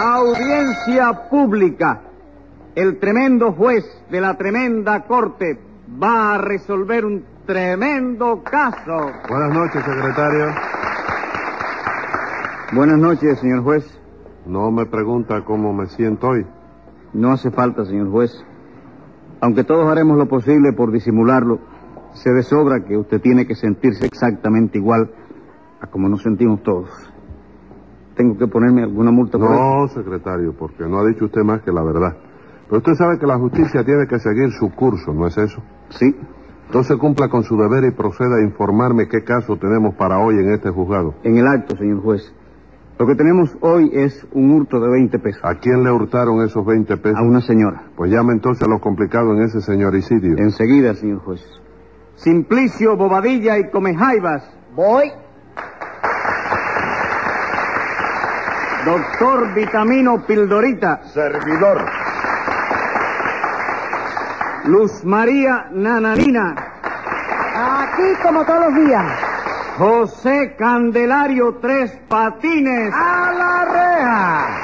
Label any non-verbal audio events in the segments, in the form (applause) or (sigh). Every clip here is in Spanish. Audiencia pública. El tremendo juez de la tremenda corte va a resolver un tremendo caso. Buenas noches, secretario. Buenas noches, señor juez. No me pregunta cómo me siento hoy. No hace falta, señor juez. Aunque todos haremos lo posible por disimularlo, se desobra que usted tiene que sentirse exactamente igual a como nos sentimos todos. Tengo que ponerme alguna multa por eso? No, secretario, porque no ha dicho usted más que la verdad. Pero usted sabe que la justicia tiene que seguir su curso, ¿no es eso? Sí. Entonces cumpla con su deber y proceda a informarme qué caso tenemos para hoy en este juzgado. En el acto, señor juez. Lo que tenemos hoy es un hurto de 20 pesos ¿A quién le hurtaron esos 20 pesos? a una señora. Pues llame entonces a lo complicado en ese señoricidio. Enseguida, señor juez. Simplicio, Bobadilla y Comejaivas. Voy. Doctor Vitamino Pildorita. Servidor. Luz María Nananina. Aquí como todos los días. José Candelario Tres Patines. ¡A la reja!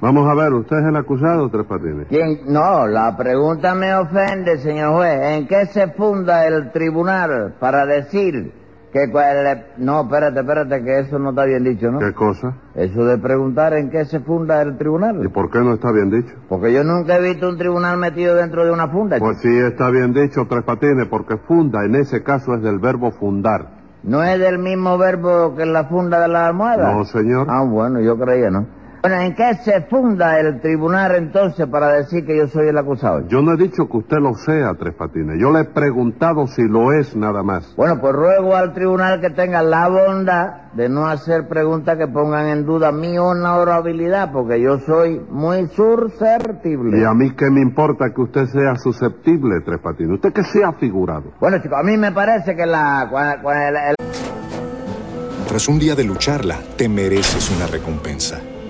Vamos a ver, ¿usted es el acusado, Tres Patines? ¿Quién? No, la pregunta me ofende, señor juez. ¿En qué se funda el tribunal para decir que... cual- No, espérate, espérate, que eso no está bien dicho, ¿no? ¿Qué cosa? Eso de preguntar en qué se funda el ¿Y tribunal. por qué no está bien dicho? Porque yo nunca he visto un tribunal metido dentro de una funda. Pues chico. sí, está bien dicho, Tres Patines, porque funda en ese caso es del verbo fundar. ¿No es del mismo verbo que la funda de la almohada? No, señor. Ah, bueno, yo creía, ¿no? Bueno, ¿en qué se funda el tribunal entonces para decir que yo soy el acusado? Yo no he dicho que usted lo sea, Tres Patines. Yo le he preguntado si lo es nada más. Bueno, pues ruego al tribunal que tenga la bondad de no hacer preguntas que pongan en duda mi honorabilidad, porque yo soy muy Y susceptible. a mí qué me importa que usted sea susceptible, Tres Patines. Usted que sea figurado. Bueno, chicos, a mí me parece que la... cua- cua- el- el- Tras un día de lucharla, te mereces una recompensa,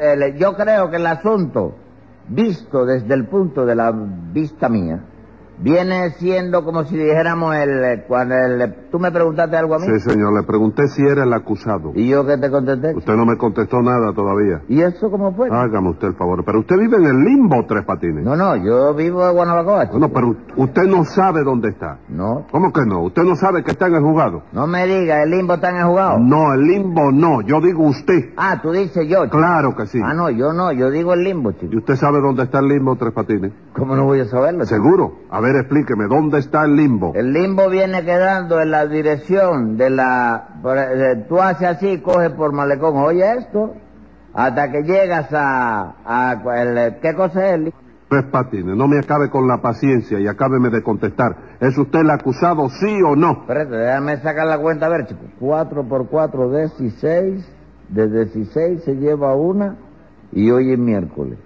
el- yo creo que el asunto, visto desde el punto de la vista mía, viene siendo como si dijéramos el, eh, cuando el- tú me preguntaste algo a mí Sí, señor, le pregunté si era el acusado. y yo que te contesté. Usted no me contestó nada todavía. ¿Y eso cómo fue? Hágame usted el favor. Pero usted vive en el limbo, Tres Patines. No, no, yo vivo en Guanabacoa. chico. Bueno, pero usted no sabe dónde está. No, ¿Cómo que no? ¿Usted no sabe que está en el juzgado? no me diga, el limbo está en el jugado. No, el limbo no. Yo digo usted. Ah, tú dices yo. chico. Claro que sí. Ah, no, yo no, yo digo el limbo, ¿Y chico. usted sabe dónde está el limbo, Tres Patines? ¿Cómo no voy a saberlo? chico? Seguro. A ver, explíqueme, ¿dónde está el limbo? El limbo viene quedando en la dirección de la... por- eh, Tú haces así, coges por malecón, oye esto, hasta que llegas a... a cu- el- ¿Qué cosa es el limbo? Tres Patines, no me acabe con la paciencia y acábeme de contestar. ¿Es usted el acusado, sí o no? Espérate, déjame sacar la cuenta, a ver, chico. 4 por 4, 16. De 16 se lleva una y hoy es miércoles.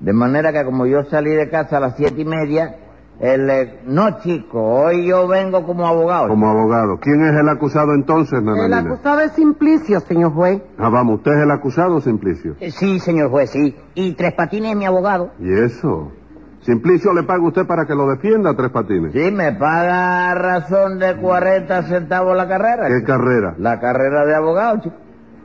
De manera que como yo salí de casa a las siete y media, el... eh, No, chico, hoy yo vengo como abogado. Como abogado. ¿Quién es el acusado entonces, El Nananina? acusado es Simplicio, señor juez. Ah, vamos, ¿usted es el acusado, Simplicio? Eh, Sí, señor juez, sí. Y Tres Patines es mi abogado. ¿Y eso? Simplicio le paga usted para que lo defienda, Tres Patines. Sí, me paga a razón de 40 centavos la carrera. ¿Qué chico. carrera? La carrera de abogado, chico.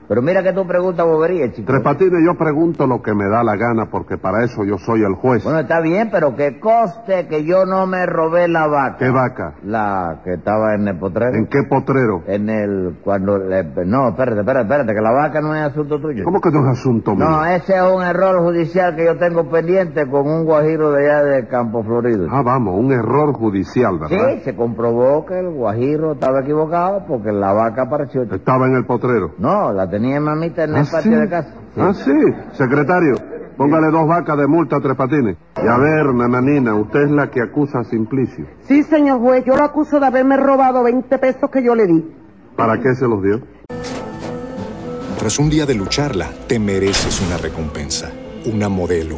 Pero mira que tú preguntas bobería, chico. Tres Patines, yo pregunto lo que me da la gana porque para eso yo soy el juez. Bueno, está bien, pero que coste que yo no me robé la vaca. ¿Qué vaca? La que estaba en el potrero. ¿En qué potrero? En el... cuando... le- No, espérate, espérate, espérate, que la vaca no es asunto tuyo. ¿Cómo que no es asunto mío? eh. No, ese es un error judicial que yo tengo pendiente con un guajiro de allá de Campo Florido. Ah, vamos, un error judicial, ¿verdad? sí, se comprobó que el guajiro estaba equivocado porque la vaca apareció. chico. Estaba en el potrero. No, la tenía mamita en el ¿Ah, patio sí? de casa. Sí. Ah, sí. Secretario, póngale dos vacas de multa a Tres Patines. Y a ver, nananina, usted es la que acusa a Simplicio. Sí, señor juez, yo lo acuso de haberme robado 20 pesos que yo le di. ¿Para qué se los dio? Tras un día de lucharla, te mereces una recompensa, una modelo,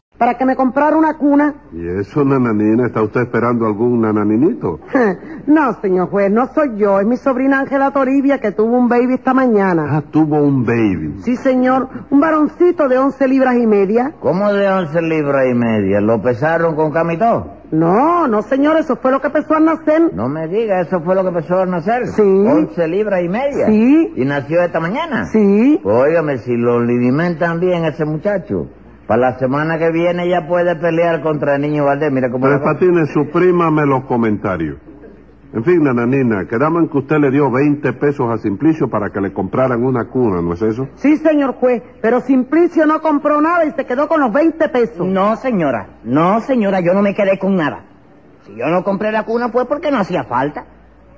Para que me comprara una cuna. (laughs) ¿Y eso, nananina? ¿Está usted esperando algún nananinito? No, señor juez, no soy yo, es mi sobrina Ángela Toribia que tuvo un baby esta mañana. Ah, tuvo un baby. Sí, señor, un varoncito de 11 libras y media. ¿Cómo de 11 libras y media? ¿Lo pesaron con camito? No, no, señor, eso fue lo que empezó a nacer. No me diga, eso fue lo que empezó a nacer. Sí. 11 libras y media. Sí. ¿Y nació esta mañana? Sí. Óigame, si lo limitan bien ese muchacho, para la semana que viene ya puede pelear contra el niño Valdés. Mira cómo... Tres la- Patines, suprímame los comentarios. En fin, nananina, quedamos en que usted le dio 20 pesos a Simplicio para que le compraran una cuna, ¿no es eso? Sí, señor juez, pero Simplicio no compró nada y se quedó con los 20 pesos. No, señora. No, señora, yo no me quedé con nada. Si yo no compré la cuna fue porque no hacía falta.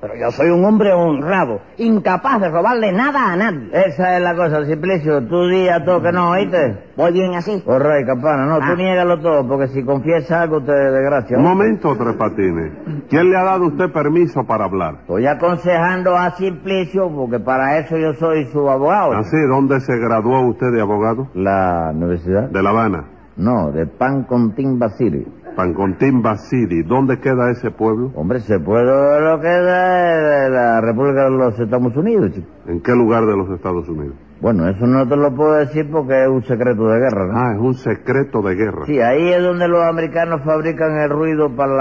Pero yo soy un hombre honrado, incapaz de robarle nada a nadie. Esa es la cosa, Simplicio. Tú di a todo que no, ¿oíste? Voy bien así. Correcto, campana. No, Ah. tú niégalo todo, porque si confiesa algo te desgracia. Un momento, Tres Patines. ¿Quién le ha dado a usted permiso para hablar? Estoy aconsejando a Simplicio, porque para eso yo soy su abogado. Ah, Así, ¿Ah, ¿dónde se graduó usted de abogado? ¿La universidad? De La Habana. No, de Pan con City. Pancontimba City, ¿dónde queda ese pueblo? Hombre, ese pueblo lo queda en la República de los Estados Unidos, chico. ¿En qué lugar de los Estados Unidos? Bueno, eso no te lo puedo decir porque es un secreto de guerra, ¿no? Ah, es un secreto de guerra. Sí, ahí es donde los americanos fabrican el ruido para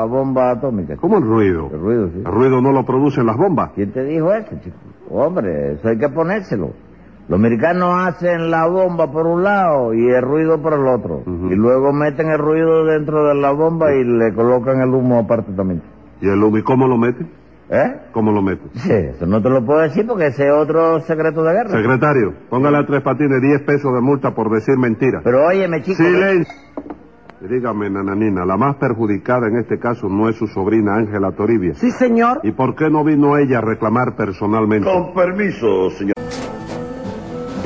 la bomba atómica. chico. ¿Cómo el ruido? El ruido, sí. El ruido no lo producen las bombas. ¿Quién te dijo eso, chico? Hombre, eso hay que ponérselo. Los americanos hacen la bomba por un lado y el ruido por el otro. Y luego meten el ruido dentro de la bomba y le colocan el humo aparte también. ¿Y el humo, y cómo lo meten? ¿Eh? ¿Cómo lo meten? Sí, eso no te lo puedo decir porque ese es otro secreto de guerra. Secretario, póngale a Tres Patines 10 pesos de multa por decir mentira. Pero óyeme, chico. ¿eh? Silencio. Dígame, nananina, la más perjudicada en este caso no es su sobrina Ángela Toribia. Sí, señor. ¿Y por qué no vino ella a reclamar personalmente? Con permiso, señor.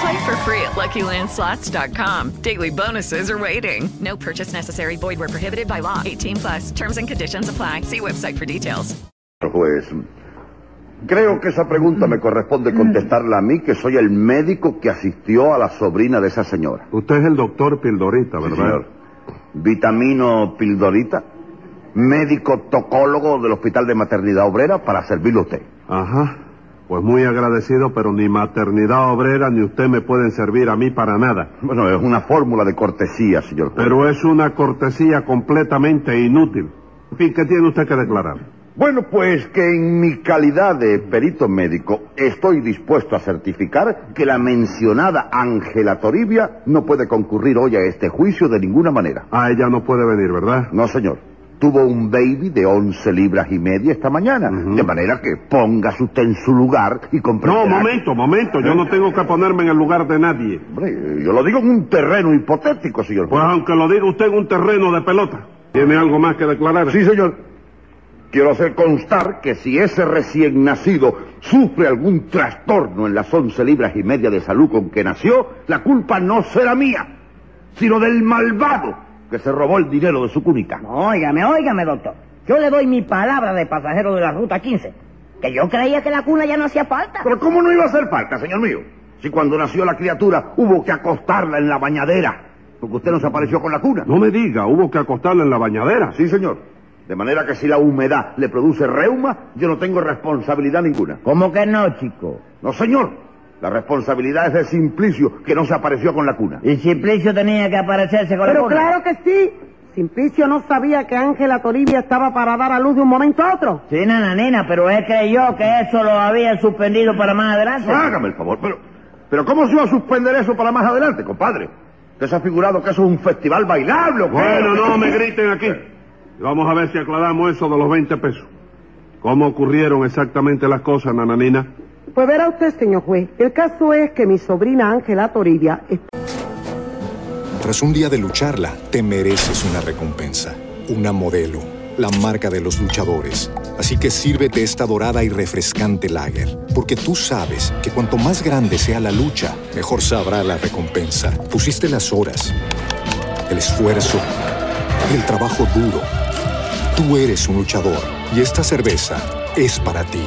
Play for free at LuckyLandSlots.com. Daily bonuses are waiting. No purchase necessary. Void where prohibited by law. 18 plus terms and conditions apply. See website for details. Juez, creo que esa pregunta me corresponde contestarla a mí, que soy el médico que asistió a la sobrina de esa señora. Usted es el doctor Pildorita, ¿verdad? señor. Vitamino Pildorita, médico tocólogo del Hospital de Maternidad Obrera para servirle a usted. Ajá. Pues muy agradecido, pero ni maternidad obrera ni usted me pueden servir a mí para nada. Bueno, es una fórmula de cortesía, señor juez. Pero es una cortesía completamente inútil. En fin, ¿qué tiene usted que declarar? Bueno, pues que en mi calidad de perito médico estoy dispuesto a certificar que la mencionada Ángela Toribia no puede concurrir hoy a este juicio de ninguna manera. Ah, ella no puede venir, ¿verdad? No, señor. Tuvo un baby de 11 libras y media esta mañana. De manera que póngase usted en su lugar y comprenderá... No, momento, momento. Yo no tengo que ponerme en el lugar de nadie. Hombre, yo lo digo en un terreno hipotético, señor. Pues aunque lo diga usted en un terreno de pelota. ¿Tiene algo más que declarar? Sí, señor. Quiero hacer constar que si ese recién nacido sufre algún trastorno en las once libras y media de salud con que nació, la culpa no será mía, sino del malvado que se robó el dinero de su cunita. Óigame, óigame, doctor. Yo le doy mi palabra de pasajero de la ruta 15. Que yo creía que la cuna ya no hacía falta. Pero ¿cómo no iba a hacer falta, señor mío? Si cuando nació la criatura hubo que acostarla en la bañadera, porque usted no se apareció con la cuna. No me diga, hubo que acostarla en la bañadera. Sí, señor. De manera que si la humedad le produce reuma, yo no tengo responsabilidad ninguna. ¿Cómo que no, chico? No, señor. La responsabilidad es de Simplicio, que no se apareció con la cuna. Y Simplicio tenía que aparecerse con la Pero cuna. claro que sí. Simplicio no sabía que Ángela Toribia estaba para dar a luz de un momento a otro. Sí, nana, nena, pero él creyó que eso lo había suspendido para más adelante. Hágame el favor, pero... ¿Pero cómo se va a suspender eso para más adelante, compadre? ¿Usted se ha figurado que eso es un festival bailable o qué? Bueno, no me griten aquí. Vamos a ver si aclaramos eso de los 20 pesos. ¿Cómo ocurrieron exactamente las cosas, nananina? Pues verá usted, señor juez, el caso es que mi sobrina Ángela Toribia es- Tras un día de lucharla, te mereces una recompensa, una modelo, la marca de los luchadores. Así que sírvete esta dorada y refrescante lager, porque tú sabes que cuanto más grande sea la lucha, mejor sabrá la recompensa. Pusiste las horas, el esfuerzo, el trabajo duro. Tú eres un luchador y esta cerveza es para ti.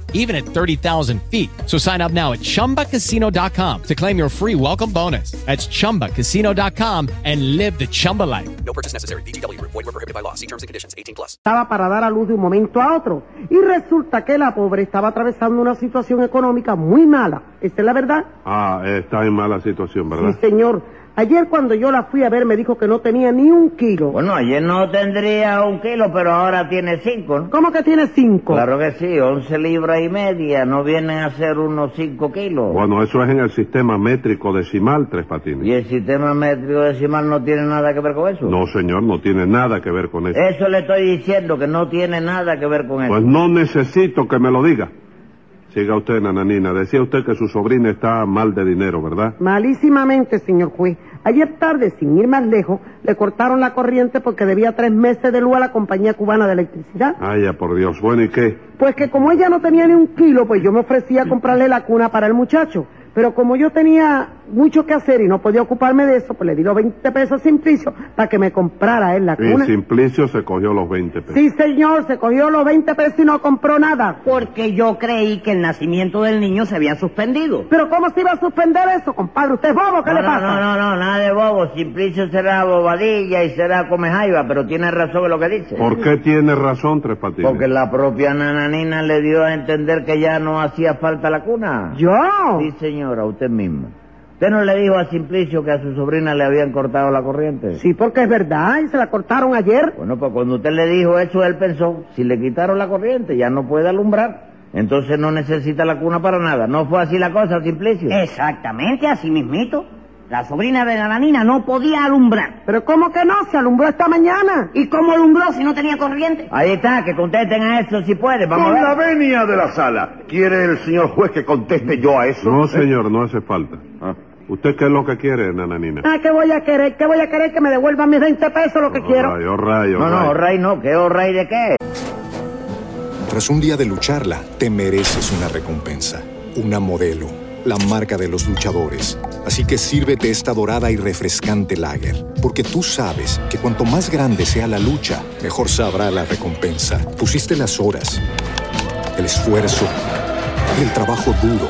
even at 30,000 feet. So sign up now at ChumbaCasino.com to claim your free welcome bonus. That's ChumbaCasino.com and live the Chumba life. No purchase necessary. BGW. Void were prohibited by law. See terms and conditions. 18 plus. Estaba para dar a luz de un momento a otro. Y resulta que la pobre estaba atravesando una situación económica muy mala. Esta es la verdad. Ah, está en mala situación, ¿verdad? Sí, señor. Ayer cuando yo la fui a ver me dijo que no tenía ni un kilo. Bueno, ayer no tendría un kilo, pero ahora tiene cinco, ¿no? ¿Cómo que tiene cinco? Claro que sí, once libras y media, no vienen a ser unos cinco kilos. Bueno, eso es en el sistema métrico decimal, Tres Patines. ¿Y el sistema métrico decimal no tiene nada que ver con eso? No, señor, no tiene nada que ver con eso. Eso le estoy diciendo, que no tiene nada que ver con eso. Pues no necesito que me lo diga. Siga usted, nananina. Decía usted que su sobrina está mal de dinero, ¿verdad? Malísimamente, señor juez. Ayer tarde, sin ir más lejos, le cortaron la corriente porque debía tres meses de luz a la compañía cubana de electricidad. Ay, ya por Dios. Bueno, ¿y qué? Pues que como ella no tenía ni un kilo, pues yo me ofrecía a comprarle la cuna para el muchacho. Pero como yo tenía mucho que hacer y no podía ocuparme de eso, pues le di los 20 pesos a Simplicio para que me comprara él la Y cuna. Simplicio se cogió los 20 pesos. Sí, señor, se cogió los 20 pesos y no compró nada. Porque yo creí que el nacimiento del niño se había suspendido. Pero ¿cómo se iba a suspender eso, compadre? ¿Usted es bobo? ¿Qué no, le pasa? No, no, no, nada de bobo. Simplicio será bobadilla y será comejaiba, pero tiene razón en lo que dice. ¿Por qué tiene razón, Tres Patines? Porque la propia nananina le dio a entender que ya no hacía falta la cuna. ¿Yo? Sí, señora, usted misma. ¿Usted no le dijo a Simplicio que a su sobrina le habían cortado la corriente? Sí, porque es verdad, y se la cortaron ayer. Bueno, pues cuando usted le dijo eso, él pensó, si le quitaron la corriente, ya no puede alumbrar. Entonces no necesita la cuna para nada. ¿No fue así la cosa, Simplicio? Exactamente, así mismito. La sobrina de la nanina no podía alumbrar. Pero ¿cómo que no? Se alumbró esta mañana. ¿Y cómo alumbró si no tenía corriente? Ahí está, que contesten a eso si puede. Vamos Con a la ver. venia de la sala. ¿Quiere el señor juez que conteste yo a eso? No, señor, no hace falta. Ah. ¿Usted qué es lo que quiere, nananina? Ah, ¿qué voy a querer? ¿Qué voy a querer? Que me devuelvan mis 20 pesos, lo que quiero. Ay, oh, rayo, No, no, rey no, ¿qué oh, rey de qué? Tras un día de lucharla, te mereces una recompensa, una modelo, la marca de los luchadores. Así que sírvete esta dorada y refrescante lager, porque tú sabes que cuanto más grande sea la lucha, mejor sabrá la recompensa. Pusiste las horas, el esfuerzo, el trabajo duro.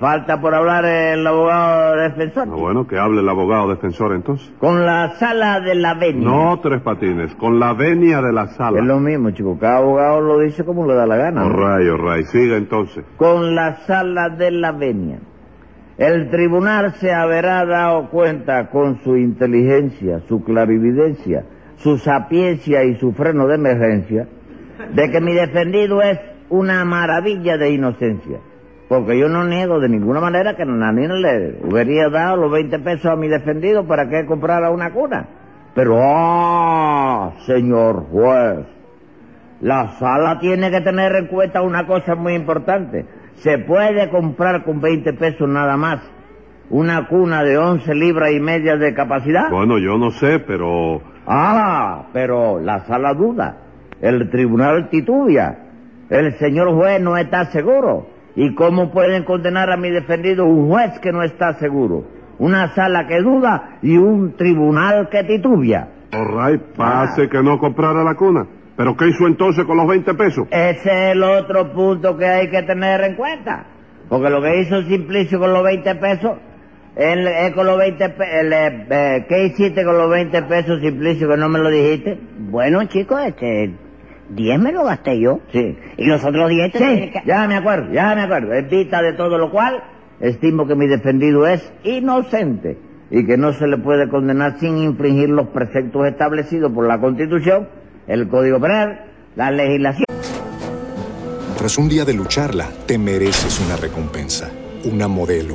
Falta por hablar el abogado defensor. Ah, bueno, que hable el abogado defensor entonces. Con la sala de la venia. No, Tres Patines, con la venia de la Es sala. lo mismo, chico. Cada abogado lo dice como le da la gana. ¿no? Oh, rayo, rayo. Siga entonces. con la sala de la venia. El tribunal se haberá dado cuenta con su inteligencia, su clarividencia, su sapiencia y su freno de emergencia de que mi defendido es una maravilla de inocencia. Porque yo no niego de ninguna manera que Nanina le hubiera dado los 20 pesos a mi defendido para que comprara una cuna. Pero, ah, señor juez, La sala tiene que tener en cuenta una cosa muy importante. Se puede comprar con 20 pesos nada más una cuna de 11 libras y media de Ah. capacidad. Bueno, yo no sé, pero... oh, Ah, pero la sala duda. El tribunal titubia. El señor juez no está seguro. ¿Y cómo pueden condenar a mi defendido un juez que no está seguro? Una sala que duda y un tribunal que titubia. Alright, pase que no comprara la cuna. ¿Pero qué hizo entonces con los 20 pesos? Ese es el otro punto que hay que tener en cuenta. Porque lo que hizo Simplicio con los 20 pesos, él, él con los 20 pe- él, eh, eh, ¿qué hiciste con los 20 pesos, Simplicio, que no me lo dijiste? Bueno, chicos, este, 10 me lo gasté yo. Sí. Y los otros 10 te Sí, tienen que- ya me acuerdo, ya me acuerdo. En vista de todo lo cual, estimo que mi defendido es inocente y que no se le puede condenar sin infringir los preceptos establecidos por la Constitución, el Código Penal, la legislación. Tras un día de lucharla, te mereces una recompensa, una modelo,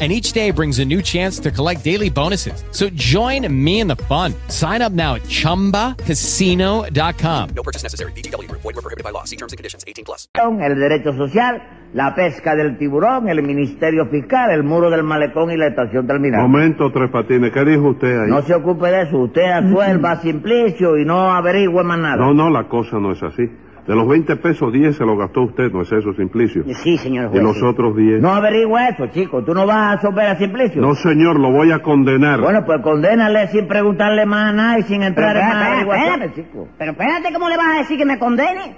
and each day brings a new chance to collect daily bonuses. So join me in the fun. Sign up now at ChumbaCasino.com. No purchase necessary. VGW Group. Void were prohibited by law. See terms and conditions. 18 plus. el derecho social, la pesca del tiburón, el ministerio fiscal, el muro del malecón y la estación terminal. Momento, Tres Patines, ¿qué dijo usted ahí? No se ocupe de eso, usted absuelva a Simplicio y no averigüe más nada. No, no, la cosa no es así. De los 20 pesos, 10 se los gastó usted, ¿no es eso, Simplicio? Sí, señor Y juez. los sí. otros 10. No averigüe eso, chico. Tú no vas a absorber a Simplicio. No, señor, lo voy a condenar. Bueno, pues condénale sin preguntarle más a nada y sin Pero entrar en más espérate, espérate, averiguaciones, chico. espérate. Pero espérate, ¿cómo le vas a decir que me condene?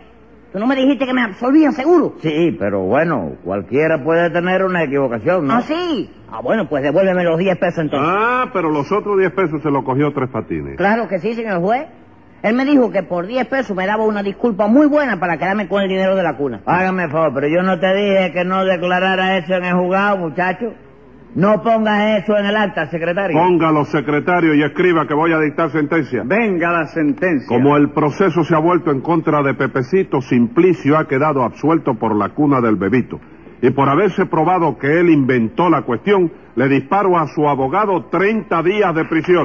Tú no me dijiste que me absolvían seguro. Sí, pero bueno, cualquiera puede tener una equivocación, ¿no? ¿Ah, sí? Ah, bueno, pues devuélveme los 10 pesos entonces. Ah, pero los otros 10 pesos se los cogió Tres Patines. Claro que sí, señor juez. Él me dijo que por 10 pesos me daba una disculpa muy buena para quedarme con el dinero de la cuna. Hágame el favor, pero yo no te dije que no declarara eso en el juzgado, muchacho. No pongas eso en el acta, secretario. Póngalo, secretario, y escriba que voy a dictar sentencia. Venga la sentencia. Como el proceso se ha vuelto en contra de Pepecito, Simplicio ha quedado absuelto por la cuna del bebito. Y por haberse probado que él inventó la cuestión, le disparo a su abogado 30 días de prisión.